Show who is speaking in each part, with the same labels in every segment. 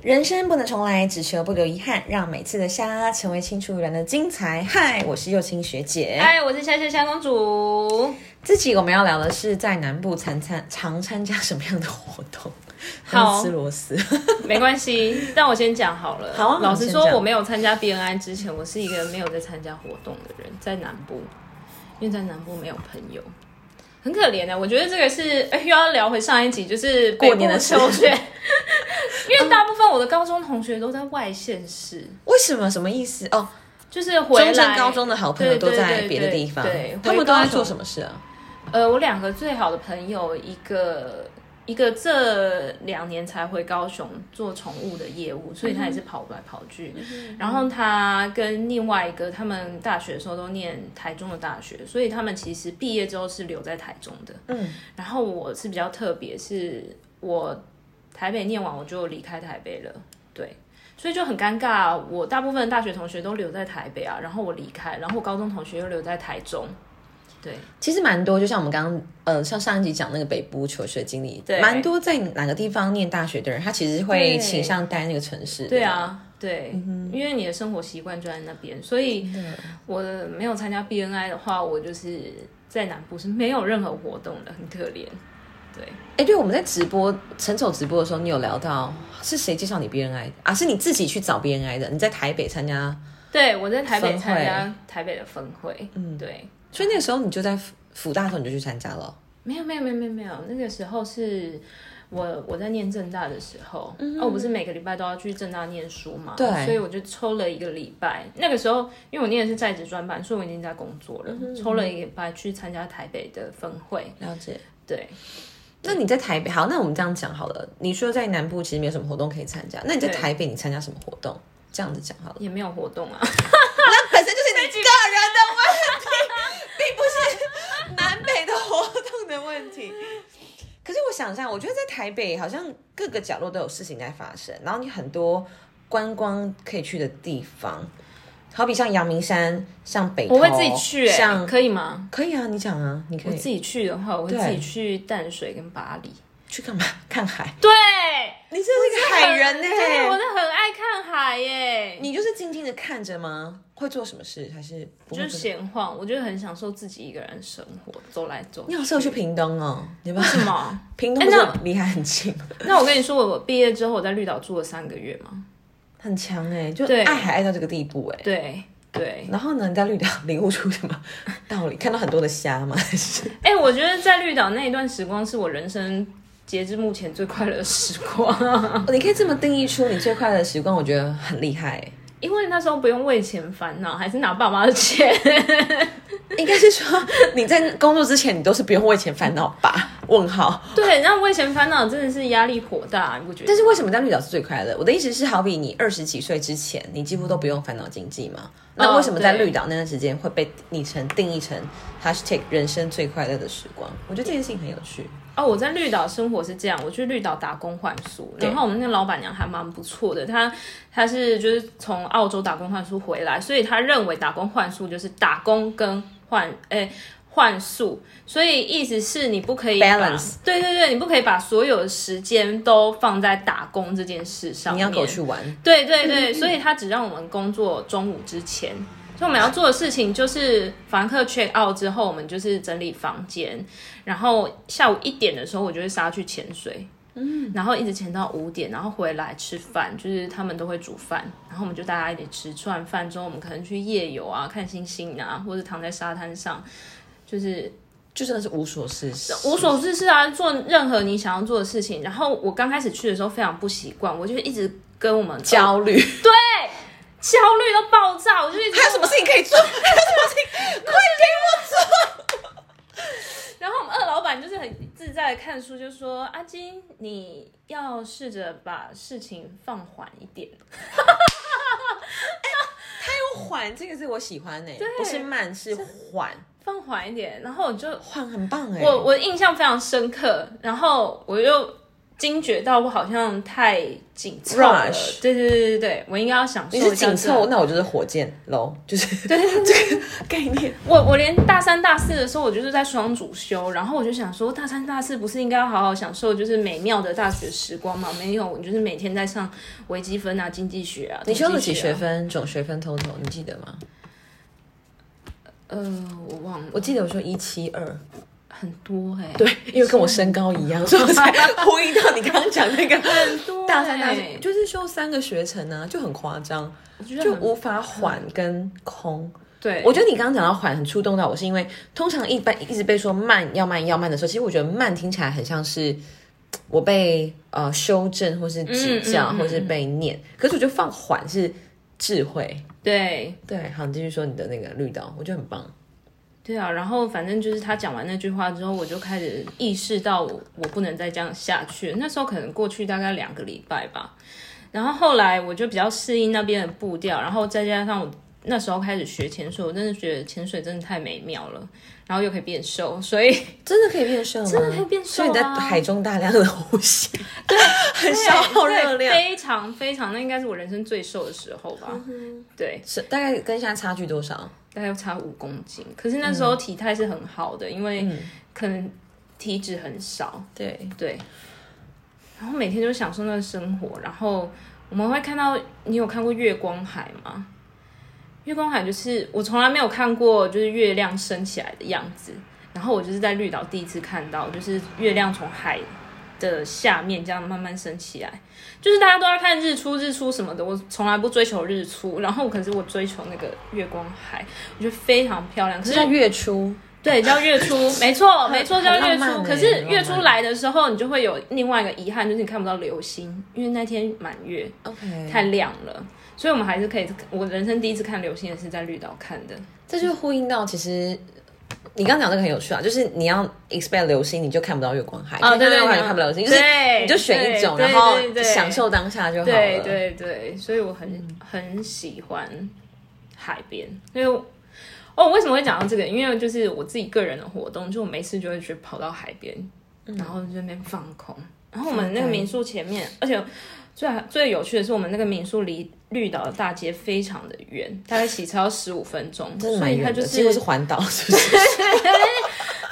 Speaker 1: 人生不能重来，只求不留遗憾，让每次的虾成为青出于蓝的精彩。嗨，我是幼青学姐。
Speaker 2: 嗨，哎我是夏夏夏公主。
Speaker 1: 这集我们要聊的是在南部参参常参加什么样的活动？
Speaker 2: 好
Speaker 1: 吃螺丝。
Speaker 2: 没关系，但我先讲好了。
Speaker 1: 好啊
Speaker 2: 老实
Speaker 1: 你先
Speaker 2: 说，
Speaker 1: 讲
Speaker 2: 我没有参加 BNI 之前，我是一个没有在参加活动的人，在南部，因为在南部没有朋友，很可怜的、啊我觉得这个是、 哎又要聊回上一集，就是
Speaker 1: 过年的
Speaker 2: 北
Speaker 1: 事嗯
Speaker 2: 部 求学，因为大部分我的高中同学都在外县市，
Speaker 1: 为什么？什么意思？哦，
Speaker 2: 就是回
Speaker 1: 中
Speaker 2: 来
Speaker 1: 正高中的好朋友
Speaker 2: 对
Speaker 1: 都
Speaker 2: 对
Speaker 1: 在
Speaker 2: 对
Speaker 1: 别的
Speaker 2: 对
Speaker 1: 地方，
Speaker 2: 对，
Speaker 1: 他们都在做
Speaker 2: 么？
Speaker 1: 什么事啊？
Speaker 2: 呃，我两个最好的朋友，一个一个这两年才回高雄做宠物的业务，所以他也是跑来跑去。然后他跟另外一个，他们大学的时候都念台中的大学，所以他们其实毕业之后是留在台中的。
Speaker 1: 嗯，
Speaker 2: 然后我是比较特别，是我台北念完我就离开台北了，对。所以就很尴尬，我大部分大学同学都留在台北啊，然后我离开，然后我高中同学又留在台中，对，
Speaker 1: 其实蛮多，就像我们刚刚呃，像上一集讲那个北部求学经历，
Speaker 2: 对
Speaker 1: 蛮多在哪个地方念大学的人，他其实会
Speaker 2: 对
Speaker 1: 倾向待那个城市。
Speaker 2: 对，啊，对，
Speaker 1: 嗯
Speaker 2: 因为你的生活习惯就在那边，所以我没有参加 BNI 的话，我就是在南部是没有任何活动的，很可怜。对，
Speaker 1: 哎，对，我们在直播陈总直播的时候，你有聊到是谁介绍你 BNI 的啊？是你自己去找 BNI 的？你在台北参加，
Speaker 2: 对我在台北
Speaker 1: 分会
Speaker 2: 参加台北的分会，嗯，对，
Speaker 1: 所以那个时候你就在辅辅大的时候你就去参加了。哦
Speaker 2: 没有没有没有没有没有，那个时候是我我在念正大的时候，哦，我不是每个礼拜都要去正大念书嘛，
Speaker 1: 嗯对
Speaker 2: 所以我就抽了一个礼拜。那个时候因为我念的是在职专班，所以我已经在工作
Speaker 1: 嗯
Speaker 2: 了，抽了一个礼拜去参加台北的分会，
Speaker 1: 了解。
Speaker 2: 对。
Speaker 1: 那你在台北好，那我们这样讲好了。你说在南部其实没有什么活动可以参加，那你在
Speaker 2: 对
Speaker 1: 台北你参加什么活动？这样子讲好了。
Speaker 2: 也没有活动啊。
Speaker 1: 那 本身就是你个人的问题，并不是南北的活动的问题。可是我想一下，我觉得在台北好像各个角落都有事情在发生，然后你很多观光可以去的地方，好比像阳明山、像北投，
Speaker 2: 我会自己去、欸，
Speaker 1: 像
Speaker 2: 可以吗？
Speaker 1: 可以啊，你讲啊，你可
Speaker 2: 我
Speaker 1: 以
Speaker 2: 自己去的话，我会
Speaker 1: 对
Speaker 2: 自己去淡水跟巴黎。
Speaker 1: 去干嘛？看海，
Speaker 2: 对，
Speaker 1: 你真是个海人呢、
Speaker 2: 对，我真的很爱看海耶、
Speaker 1: 你就是静静的看着吗？会做什么事？还是不会做
Speaker 2: 就是闲晃，我就很享受自己一个人生活，走来走去。
Speaker 1: 你好适合去屏东哦，你为
Speaker 2: 什？ 么？
Speaker 1: 屏东不
Speaker 2: 哎
Speaker 1: 是
Speaker 2: 那
Speaker 1: 离海很近，
Speaker 2: 那我跟你说，我毕业之后我在绿岛住了三个月嘛。
Speaker 1: 很强哎、就
Speaker 2: 对
Speaker 1: 爱海爱到这个地步哎、
Speaker 2: 对对，
Speaker 1: 然后呢，你在绿岛 领悟出什么道理？看到很多的虾 吗？还是
Speaker 2: 哎、我觉得在绿岛那一段时光是我人生截至目前最快乐的时 光，
Speaker 1: 哦你可以这么定义出你最快乐的时光，我觉得很厉害、欸。
Speaker 2: 因为那时候不用为钱烦恼，还是拿爸妈的钱。
Speaker 1: 应该是说你在工作之前，你都是不用为钱烦恼吧？ 问号。
Speaker 2: 对，那为钱烦恼真的是压力颇大，你不觉得
Speaker 1: 但？是为什么在绿岛是最快乐？我的意思是，好比你二十几岁之前，你几乎都不用烦恼经济
Speaker 2: 哦
Speaker 1: 嘛。那为什么在
Speaker 2: 对
Speaker 1: 绿岛那段时间会被你成定义成 hashtag 人生最快乐的时光？我觉得这件事情很有趣。
Speaker 2: 哦，我在绿岛生活是这样，我去绿岛打工换宿，然后我们那老板娘还蛮不错的，她她是就是从澳洲打工换宿回来，所以她认为打工换宿就是打工跟换诶。换宿，所以意思是你不可以把
Speaker 1: Balance
Speaker 2: 对对对，你不可以把所有的时间都放在打工这件事上
Speaker 1: 你
Speaker 2: 面。
Speaker 1: 要给我去玩，
Speaker 2: 对对对，所以他只让我们工作中午之前。所以我们要做的事情就是，房客 check out 之后，我们就是整理房间，然后下午一点的时候，我就会杀去潜水，嗯，然后一直潜到五点，然后回来吃饭，就是他们都会煮饭，然后我们就大家一起吃，吃完饭之后，我们可能去夜游啊，看星星啊，或者躺在沙滩上，就是
Speaker 1: 就真的是无所事事，
Speaker 2: 无所事事啊，做任何你想要做的事情。然后我刚开始去的时候非常不习惯，我就一直跟我们
Speaker 1: 焦虑。
Speaker 2: 对，焦虑到爆炸，我就一直
Speaker 1: 还有什么事情可以做？还有什么事情？快给我做！
Speaker 2: 然后我们二老板就是很自在的看书，就说阿金，你要试着把事情放缓一点。
Speaker 1: 缓这个字我喜欢呢、欸不是慢，是缓，
Speaker 2: 放缓一点，然后我就
Speaker 1: 缓很棒哎、
Speaker 2: 我我印象非常深刻，然后我又惊觉到我好像太紧凑了
Speaker 1: Rush。
Speaker 2: 对对对对对，我应该要享受
Speaker 1: 你
Speaker 2: 一下
Speaker 1: 是紧
Speaker 2: 这个
Speaker 1: 凑，那我就是火箭喽，就是
Speaker 2: 对对对 对，
Speaker 1: 概念。
Speaker 2: 我我连大三大四的时候，我就是在双主修，然后我就想说，大三大四不是应该要好好享受就是美妙的大学时光吗？没有，我就是每天在上微积分啊、经济学啊。
Speaker 1: 你修了
Speaker 2: 统
Speaker 1: 几
Speaker 2: 计
Speaker 1: 学
Speaker 2: 啊？
Speaker 1: 分？总学分 total 你记得吗？
Speaker 2: 呃，我忘了，
Speaker 1: 我记得我说一七二，
Speaker 2: 很多哎、
Speaker 1: 对，因为跟我身高一样，所以我才呼应到你刚刚讲那 个
Speaker 2: 很多欸
Speaker 1: 大三大四，就是修三个学程呢、啊，就很夸张，
Speaker 2: 我觉得
Speaker 1: 就
Speaker 2: 很
Speaker 1: 无法缓跟空。
Speaker 2: 对，
Speaker 1: 我觉得你刚刚讲到缓很触动到我，是因为通常一般一直被说慢要慢要慢的时候，其实我觉得慢听起来很像是嘖我被呃修正或是指教、
Speaker 2: 嗯嗯嗯
Speaker 1: 或是被念，可是我觉得放缓是智慧。
Speaker 2: 对
Speaker 1: 对，好，你继续说你的那个绿岛，我觉得很棒。
Speaker 2: 对啊，然后反正就是他讲完那句话之后，我就开始意识到我我不能再这样下去。那时候可能过去大概两个礼拜吧，然后后来我就比较适应那边的步调，然后再加上我那时候开始学潜水，我真的觉得潜水真的太美妙了，然后又可以变瘦，所以
Speaker 1: 真的可以变瘦吗？真
Speaker 2: 的可以变瘦
Speaker 1: 所
Speaker 2: 啊
Speaker 1: 以你在海中大量的呼吸，对，很消耗热
Speaker 2: 对
Speaker 1: 量。嗯
Speaker 2: 非常非常，那应该是我人生最瘦的时候吧。对，
Speaker 1: 是大概跟现在差距多少？
Speaker 2: 大概差五公斤，可是那
Speaker 1: 嗯
Speaker 2: 时候体态是很好的，因为可能体脂很少。
Speaker 1: 对，
Speaker 2: 对，然后每天就享受那个生活，然后我们会看到，你有看过月光海吗？月光海就是我从来没有看过，就是月亮升起来的样子。然后我就是在绿岛第一次看到，就是月亮从海的下面这样慢慢升起来。就是大家都在看日出、日出什么的，我从来不追求日出，然后可是我追求那个月光海，我觉得非常漂亮。可
Speaker 1: 这
Speaker 2: 是
Speaker 1: 叫月初，
Speaker 2: 对，叫 月初，没错，没错，
Speaker 1: 很
Speaker 2: 叫月
Speaker 1: 浪漫
Speaker 2: 初。
Speaker 1: 欸
Speaker 2: 可是
Speaker 1: 很
Speaker 2: 月
Speaker 1: 浪
Speaker 2: 初
Speaker 1: 漫
Speaker 2: 来的时候，你就会有另外一个遗憾，就是你看不到流星，因为那天满月
Speaker 1: OK，
Speaker 2: 太亮了。所以我们还是可以，我人生第一次看流星也是在绿岛看的。
Speaker 1: 这就呼应到其实。你刚刚讲这个很有趣啊，就是你要 expect 流星，你就看不到月光海；
Speaker 2: 哦对对
Speaker 1: 看到月光海
Speaker 2: 对
Speaker 1: 你看不到流星，就是
Speaker 2: 对
Speaker 1: 你就选一种，
Speaker 2: 对
Speaker 1: 然后
Speaker 2: 对对对
Speaker 1: 享受当下就好了。嗯
Speaker 2: 对对对，所以我很很喜欢海边，因为我哦，为什么会讲到这个？因为就是我自己个人的活动，就我没事就会去跑到海边，
Speaker 1: 嗯
Speaker 2: 然后就在那边放空。然后我们那个民宿前面，而且最最有趣的是，我们那个民宿离绿岛的大街非常的远，大概骑车要十五分钟，
Speaker 1: 真的
Speaker 2: 所
Speaker 1: 蛮
Speaker 2: 以
Speaker 1: 远
Speaker 2: 它
Speaker 1: 的，
Speaker 2: 就是
Speaker 1: 几乎是环岛， 是不是？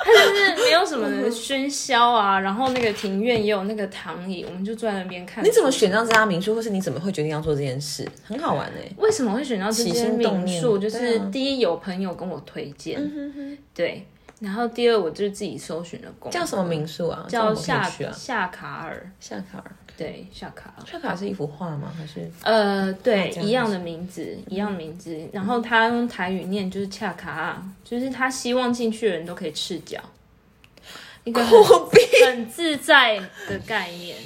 Speaker 2: 它就是 没有 什么喧嚣啊。然后那个庭院也有那个躺椅，我们就坐在那边看。
Speaker 1: 你怎么选到这家民宿，或是你怎么会决定要做这件事？很好玩哎、
Speaker 2: 为什么会选到这
Speaker 1: 起
Speaker 2: 间
Speaker 1: 心动
Speaker 2: 民
Speaker 1: 念
Speaker 2: 宿？就
Speaker 1: 对
Speaker 2: 是
Speaker 1: 啊嗯
Speaker 2: 第一有朋友跟我推荐，对，然后第二我就是自己搜寻的工作，
Speaker 1: 叫什么民宿啊？
Speaker 2: 叫
Speaker 1: 这样我
Speaker 2: 夏
Speaker 1: 们可以去啊？哦
Speaker 2: 夏卡尔，
Speaker 1: 夏卡尔，
Speaker 2: 对，夏卡尔。
Speaker 1: 夏卡尔是一幅画吗？还 是
Speaker 2: 呃，对，
Speaker 1: 这样
Speaker 2: 一样的名
Speaker 1: 嗯
Speaker 2: 字，一样的名字，然后他用台语念就是恰卡啊，就是他希望进去的人都可以赤脚，一个很
Speaker 1: 酷毙
Speaker 2: 很自在的概念，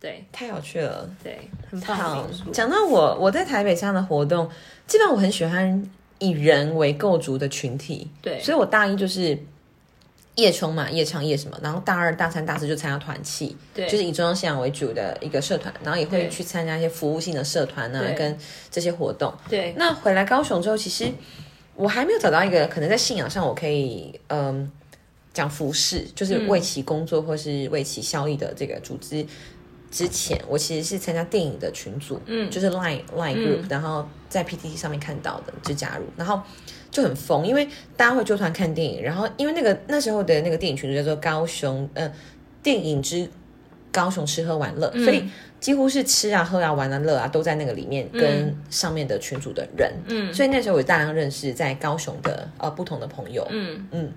Speaker 2: 对
Speaker 1: 太有趣了？
Speaker 2: 对，很棒的
Speaker 1: 好
Speaker 2: 民宿，
Speaker 1: 讲到我我在台北这样的活动，基本上我很喜欢以人为构筑的群体，
Speaker 2: 对
Speaker 1: 所以我大一就是夜冲嘛，夜唱夜什么，然后大二、大三、大四就参加团契，
Speaker 2: 对
Speaker 1: 就是以中央信仰为主的一个社团，然后也会
Speaker 2: 对
Speaker 1: 去参加一些服务性的社团啊
Speaker 2: 对，
Speaker 1: 跟这些活动。
Speaker 2: 对
Speaker 1: 那回来高雄之后，其实我还没有找到一个可能在信仰上我可以嗯讲服饰，就是为其工作或是为其效益的这个组织之前，我其实是参加电影的群组，嗯，就是 Line Line Group，、然后在 PTT 上面看到的就加入，然后。就很疯，因为大家会纠团看电影，然后因为那个那时候的那个电影群组叫做高雄，呃，电影之高雄吃喝玩乐，所以几乎是吃啊喝啊玩啊乐啊都在那个里面跟上面的群组的人，嗯，所以那时候我大量认识在高雄的呃不同的朋友，
Speaker 2: 嗯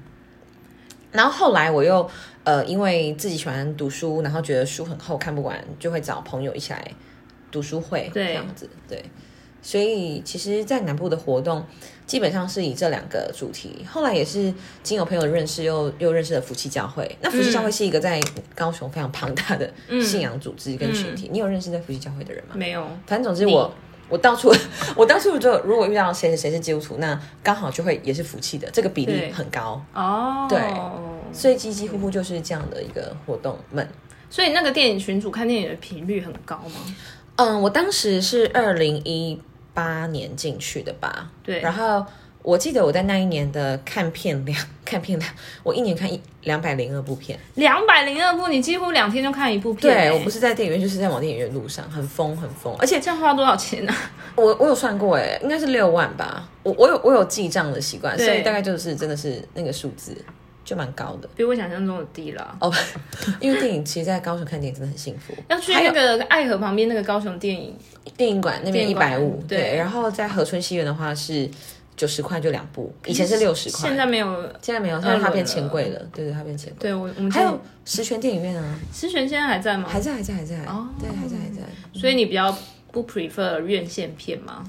Speaker 1: 然后后来我又呃因为自己喜欢读书，然后觉得书很厚看不完，就会找朋友一起来读书会，
Speaker 2: 对
Speaker 1: 这样子，对。所以其实，在南部的活动基本上是以这两个主题。后来也是经有朋友认识又，又认识了夫妻教会。那夫妻
Speaker 2: 嗯
Speaker 1: 教会是一个在高雄非常庞大的信仰组织跟群体。你有认识在夫妻教会的人吗？
Speaker 2: 嗯没有，
Speaker 1: 反正总之我我到处我到处就如果遇到谁谁谁是基督徒，那刚好就会也是福气的，这个比例
Speaker 2: 对
Speaker 1: 很高，
Speaker 2: 哦，
Speaker 1: 对所以几几乎乎就是这样的一个活动们。
Speaker 2: 所以那个电影群主看电影的频率很高吗？
Speaker 1: 嗯，我当时是二零一八年进去的吧，
Speaker 2: 对
Speaker 1: 然后我记得我在那一年的看片量， 看片量，我一年看一两百零二部片。
Speaker 2: 两百零二部，你几乎两天就看一部片、
Speaker 1: 对
Speaker 2: 欸
Speaker 1: 我不是在电影院，就是在往电影院路上，很疯很疯。而且
Speaker 2: 这样花多少钱啊？
Speaker 1: 我我有算过，哎，应该是六万吧。我我有我有记账的习惯，
Speaker 2: 对
Speaker 1: 所以大概就是真的是那个数字就蛮高的。
Speaker 2: 比我想象中的低了。
Speaker 1: 哦，因为电影其实，在高雄看电影真的很幸福。
Speaker 2: 要去
Speaker 1: 还
Speaker 2: 那
Speaker 1: 有
Speaker 2: 个爱河旁边那个高雄电影，
Speaker 1: 电影馆那边
Speaker 2: 电
Speaker 1: 一
Speaker 2: 影
Speaker 1: 百
Speaker 2: 馆
Speaker 1: 五，
Speaker 2: 对
Speaker 1: 对。然后在河村西园的话是九十块就两部，以前是六十块，
Speaker 2: 嗯现在没有。
Speaker 1: 现在没有，现在它
Speaker 2: 二
Speaker 1: 变
Speaker 2: 轮
Speaker 1: 钱
Speaker 2: 了
Speaker 1: 柜了。对对，它变钱柜。
Speaker 2: 对我，我们
Speaker 1: 还有十全电影院啊，
Speaker 2: 石泉现在还在吗？
Speaker 1: 还在还在还在，
Speaker 2: 哦
Speaker 1: 对，还在还在。
Speaker 2: 所以你比较不 prefer 院线片吗？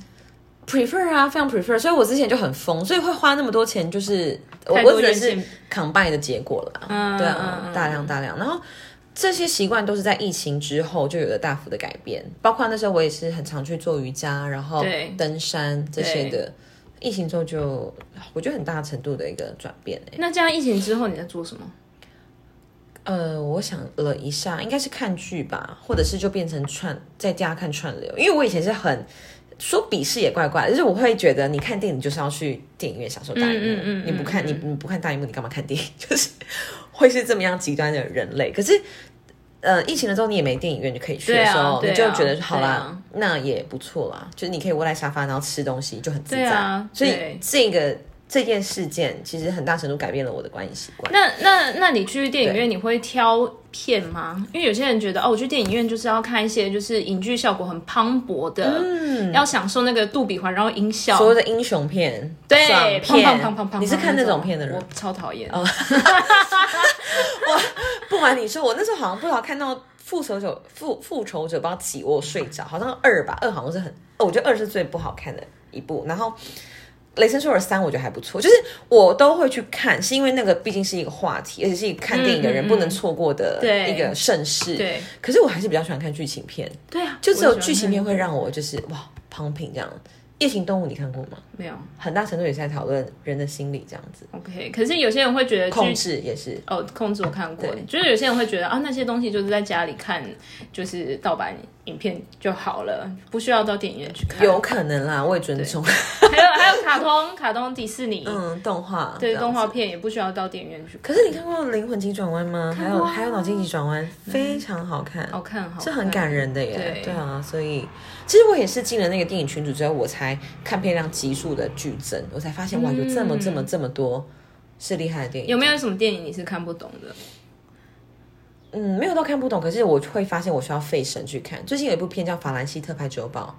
Speaker 1: prefer 啊，非常 prefer，所以我之前就很疯，所以会花那么多钱，就是我
Speaker 2: 太多
Speaker 1: 我指的是
Speaker 2: 元件
Speaker 1: combine 的结果啦，
Speaker 2: 嗯
Speaker 1: 对啊
Speaker 2: 嗯，嗯
Speaker 1: 大量大量，然后。这些习惯都是在疫情之后就有了大幅的改变，包括那时候我也是很常去做瑜伽，然后
Speaker 2: 对
Speaker 1: 登山这些的。疫情之后就我觉得很大程度的一个转变欸
Speaker 2: 那这样疫情之后你在做什么？
Speaker 1: 呃，我想了一下，应该是看剧吧，或者是就变成串在家看串流，因为我以前是很说鄙视也怪怪的，就是我会觉得你看电影就是要去电影院享受大荧幕，
Speaker 2: 嗯嗯嗯
Speaker 1: 你不看
Speaker 2: 嗯
Speaker 1: 你你不看大荧幕，你干嘛看电影？ 就是会是这么样极端的人类。可是，呃，疫情了之后你也没电影院就可以去的
Speaker 2: 对啊
Speaker 1: 时候，
Speaker 2: 对啊
Speaker 1: 你就觉得好啦，
Speaker 2: 对啊
Speaker 1: 那也不错啦，就是你可以窝在沙发然后吃东西就很自在。
Speaker 2: 对啊
Speaker 1: 所以
Speaker 2: 对
Speaker 1: 这个这件事件其实很大程度改变了我的观影习惯。
Speaker 2: 那那那你去电影院你会挑片吗？因为有些人觉得哦，我去电影院就是要看一些就是影剧效果很磅礴的，
Speaker 1: 嗯
Speaker 2: 要享受那个杜比环绕音效。
Speaker 1: 所有的英雄片、
Speaker 2: 对
Speaker 1: 爽，
Speaker 2: 胖
Speaker 1: 片、
Speaker 2: 胖胖胖胖，
Speaker 1: 你是看那种片的人哦
Speaker 2: 我？超讨厌。
Speaker 1: 不瞒你说，我那时候好像不知道看到《复仇者》复复仇者不知道几，我睡着，好像二吧，二好像是很，哦我觉得二是最不好看的一部，然后。雷神索尔三我觉得还不错，就是我都会去看，是因为那个毕竟是一个话题，而且是一个看电影的人
Speaker 2: 嗯嗯
Speaker 1: 不能错过的
Speaker 2: 对
Speaker 1: 一个盛事。
Speaker 2: 对
Speaker 1: 可是我还是比较喜欢看剧情片，
Speaker 2: 对啊，
Speaker 1: 就只有
Speaker 2: 我也
Speaker 1: 剧
Speaker 2: 喜欢看
Speaker 1: 情片会让我就是哇 pumping 这样。夜行动物你看过吗？
Speaker 2: 没有
Speaker 1: 很大程度也是在讨论人的心理这样子，
Speaker 2: OK。可是有些人会觉得剧
Speaker 1: 控制也是。
Speaker 2: 哦，控制我看过，就是有些人会觉得啊，那些东西就是在家里看，就是盗版影片就好了，不需要到电影院去看。
Speaker 1: 有可能啦，我也尊重。
Speaker 2: 还有还有卡通，卡通迪士尼，
Speaker 1: 嗯，动画
Speaker 2: 对
Speaker 1: 这样子
Speaker 2: 动画。片也不需要到电影院去
Speaker 1: 可
Speaker 2: 看。
Speaker 1: 是你看过《灵魂急转弯》吗？还有还有《脑筋急转弯》，非常好看，
Speaker 2: 啊好看，好看
Speaker 1: 是很感人的耶。
Speaker 2: 对
Speaker 1: 啊，所以其实我也是进了那个电影群组之后，我才看片量急速的剧增，我才
Speaker 2: 嗯
Speaker 1: 发现哇，有这么这么这么多是厉害的电影。
Speaker 2: 有没有什么电影你是看不懂的？
Speaker 1: 嗯，没有到看不懂，可是我会发现我需要费神去看。最近有一部片叫《法兰西特派酒保》，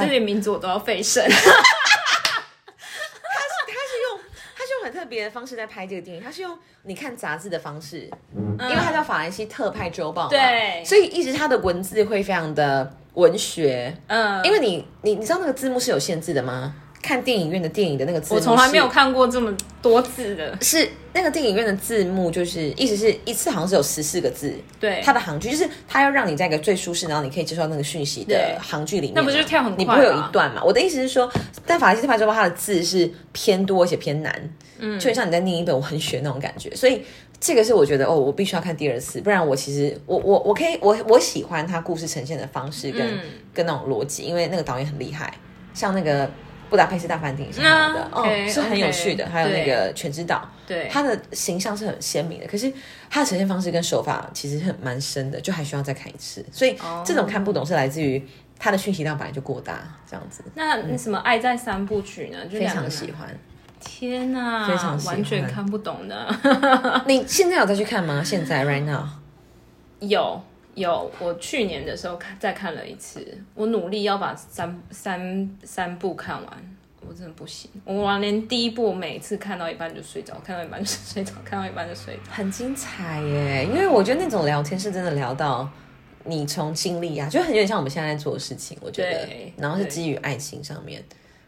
Speaker 2: 这连名字我都要费神。
Speaker 1: 他是用很特别的方式在拍这个电影，他是用你看杂志的方式，因为他叫法兰西特派周报嘛，
Speaker 2: 嗯对
Speaker 1: 所以一直他的文字会非常的文学，
Speaker 2: 嗯，
Speaker 1: 因为你你你知道那个字幕是有限制的吗？看电影院的电影的那个字幕
Speaker 2: 我
Speaker 1: 是，
Speaker 2: 从来没有看过这么多字的。
Speaker 1: 是那个电影院的字幕，就是意思是一次好像是有十四个字，
Speaker 2: 对，
Speaker 1: 它的行距就是它要让你在一个最舒适，然后你可以接受那个讯息的
Speaker 2: 对
Speaker 1: 行距里面嘛，
Speaker 2: 那不就是跳很快
Speaker 1: 你不会有
Speaker 2: 吗
Speaker 1: 一段嘛？我的意思是说，但法兰西特派周报它的字是偏多而且偏难，嗯，就很像你在念一本文学那种感觉，所以。这个是我觉得哦，我必须要看第二次，不然我其实我我我可以我我喜欢他故事呈现的方式跟、
Speaker 2: 嗯
Speaker 1: 跟那种逻辑，因为那个导演很厉害，像那个布达佩斯大饭店也是他的，
Speaker 2: 嗯，OK，
Speaker 1: 哦，是很有
Speaker 2: OK，
Speaker 1: 趣的，还有那
Speaker 2: 对
Speaker 1: 个全知道，
Speaker 2: 对，
Speaker 1: 他的形象是很鲜明的，可是他的呈现方式跟手法其实很蛮深的，就还需要再看一次。所以
Speaker 2: 哦
Speaker 1: 这种看不懂是来自于他的讯息量本来就过大，这样子
Speaker 2: 那那什么《爱在三部曲》呢？
Speaker 1: 嗯
Speaker 2: 就
Speaker 1: 非
Speaker 2: 两个
Speaker 1: 常
Speaker 2: 男
Speaker 1: 喜。欢。
Speaker 2: 天哪，
Speaker 1: 非常喜欢
Speaker 2: 完全看不懂的。
Speaker 1: 你现在有再去看吗？现在 right now
Speaker 2: 有有，我去年的时候看再看了一次，我努力要把三三三部看完，我真的不行，我完连第一部每次看到一半就睡着，看到一半就睡着，看到一半就睡着。
Speaker 1: 很精彩耶，因为我觉得那种聊天是真的聊到你从经历啊，就很有点像我们现在在做的事情，我觉得
Speaker 2: 对，
Speaker 1: 然后是
Speaker 2: 对
Speaker 1: 基于爱情上面。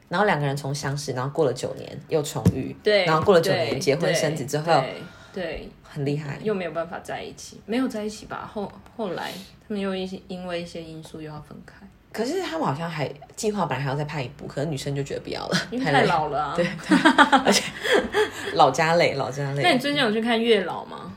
Speaker 1: 然后两个人从相识，然后过了九年又重遇，
Speaker 2: 对，
Speaker 1: 然后过了九
Speaker 2: 对
Speaker 1: 年结婚
Speaker 2: 对
Speaker 1: 生子之后，
Speaker 2: 对对，
Speaker 1: 很厉害。
Speaker 2: 又没有办法在一起，没有在一起吧？后后来他们又一些因为一些因素又要分开，
Speaker 1: 可是他们好像还计划本来还要再拍一部，可是女生就觉得不要了，
Speaker 2: 因为
Speaker 1: 累
Speaker 2: 太老了啊。 对，
Speaker 1: 老家累，老家
Speaker 2: 那
Speaker 1: 累
Speaker 2: 你。最近有去看月老吗？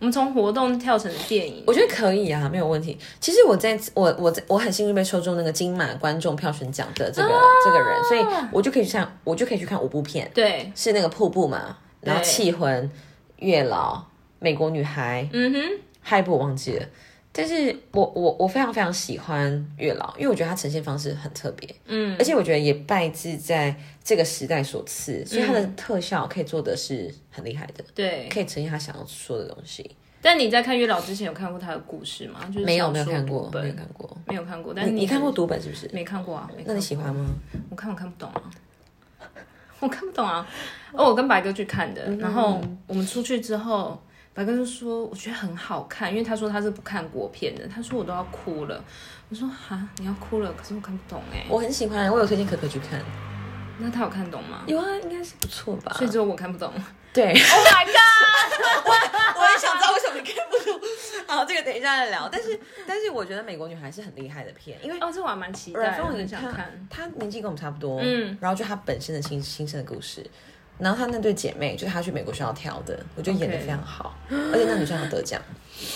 Speaker 2: 我们从活动跳成电影，
Speaker 1: 我觉得可以啊，没有问题。其实我在我我在我很幸运被抽中那个金马观众票选奖的这
Speaker 2: 啊
Speaker 1: 个、这个人，所以我就可以去看，我就可以去看五部片，
Speaker 2: 对，
Speaker 1: 是那个瀑布嘛，然后
Speaker 2: 对
Speaker 1: 气魂、月老、美国女孩，
Speaker 2: 嗯哼，
Speaker 1: 嗨，不，我忘记了。但是我我我非常非常喜欢月老，因为我觉得它呈现方式很特别，
Speaker 2: 嗯，
Speaker 1: 而且我觉得也拜之在这个时代所赐，所以它的特效可以做的是很厉害的，
Speaker 2: 对。
Speaker 1: 可以呈现他想要说的东西。
Speaker 2: 但你在看月老之前有看过他的故事吗？就是
Speaker 1: 没有
Speaker 2: 小
Speaker 1: 没有
Speaker 2: 说
Speaker 1: 看
Speaker 2: 读
Speaker 1: 过，
Speaker 2: 本
Speaker 1: 没有看过。
Speaker 2: 没有看过，但是
Speaker 1: 你看过读本是不是？
Speaker 2: 没看过啊？没看
Speaker 1: 那你喜
Speaker 2: 过
Speaker 1: 欢吗？
Speaker 2: 我看我看不懂啊， 我看不懂啊。哦，我跟白哥去看的，然后我们出去之后，白哥就说我觉得很好看，因为他说他是不看国片的，他说我都要哭了。我说哈，你要哭了，可是我看不懂哎、
Speaker 1: 我很喜欢，我有推荐可可去看。
Speaker 2: 那他有看懂吗？
Speaker 1: 有啊，应该是不错吧？
Speaker 2: 所以只有我看不懂。
Speaker 1: 对，
Speaker 2: Oh my god！
Speaker 1: 我也想知道为什么你看不懂。 好，这个等一下再聊。但是但是我觉得美国女孩是很厉害的片，因为
Speaker 2: 哦，这我还蛮期待
Speaker 1: 阮
Speaker 2: 的，
Speaker 1: 凤仪
Speaker 2: 很想看。
Speaker 1: 她年纪跟我们差不多，
Speaker 2: 嗯
Speaker 1: 嗯，然后就她本身的亲亲身的故事，然后她那对姐妹就是她去美国学校跳的，我觉得演的
Speaker 2: OK
Speaker 1: 非常好而且那女生有得奖，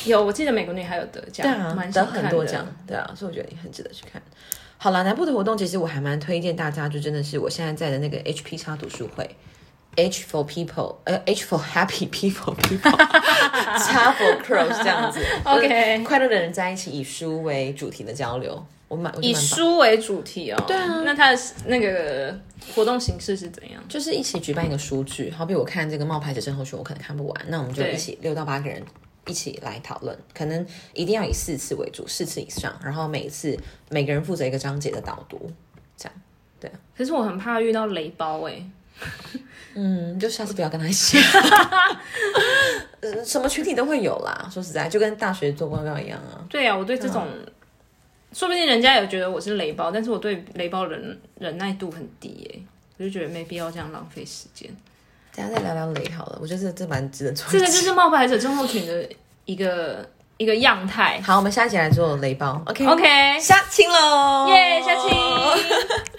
Speaker 2: 有，我记得美国女孩有啊得奖，蛮
Speaker 1: 得
Speaker 2: 想看
Speaker 1: 很
Speaker 2: 的
Speaker 1: 多奖，对啊，所以我觉得你很值得去看。好啦，南部的活动其实我还蛮推荐大家，就真的是我现在在的那个 HP 叉读书会。H for people，呃，H for happy people people，叉 for cross 这样子
Speaker 2: OK
Speaker 1: 就是快乐的人在一起，以书为主题的交流，我蛮我觉得
Speaker 2: 以
Speaker 1: 蛮棒的
Speaker 2: 书为主题哦。对
Speaker 1: 啊
Speaker 2: 那他的那个活动形式是怎样？
Speaker 1: 就是一起举办一个书剧，好比我看这个《冒牌者症候群》，我可能看不完，那我们就
Speaker 2: 对
Speaker 1: 一起六到八个人一起来讨论，可能一定要以四次为主，四次以上，然后每一次每个人负责一个章节的导读，这样，
Speaker 2: 可是我很怕遇到雷包哎、
Speaker 1: 嗯，就下次不要跟他一起， 呃，什么群体都会有啦，说实在，就跟大学做报告一样啊，
Speaker 2: 对啊，我对这种，说不定人家也觉得我是雷包，但是我对雷包忍忍耐度很低耶、我就觉得没必要这样浪费时间。
Speaker 1: 大家再聊聊雷好了，我觉得这这蛮值得做
Speaker 2: 这
Speaker 1: 一
Speaker 2: 个
Speaker 1: 集。
Speaker 2: 就是冒牌者症候群的一个一个样态。嗯
Speaker 1: 好，我们下一集来做雷包，OK
Speaker 2: OK，
Speaker 1: 下期喽，
Speaker 2: 耶，下期。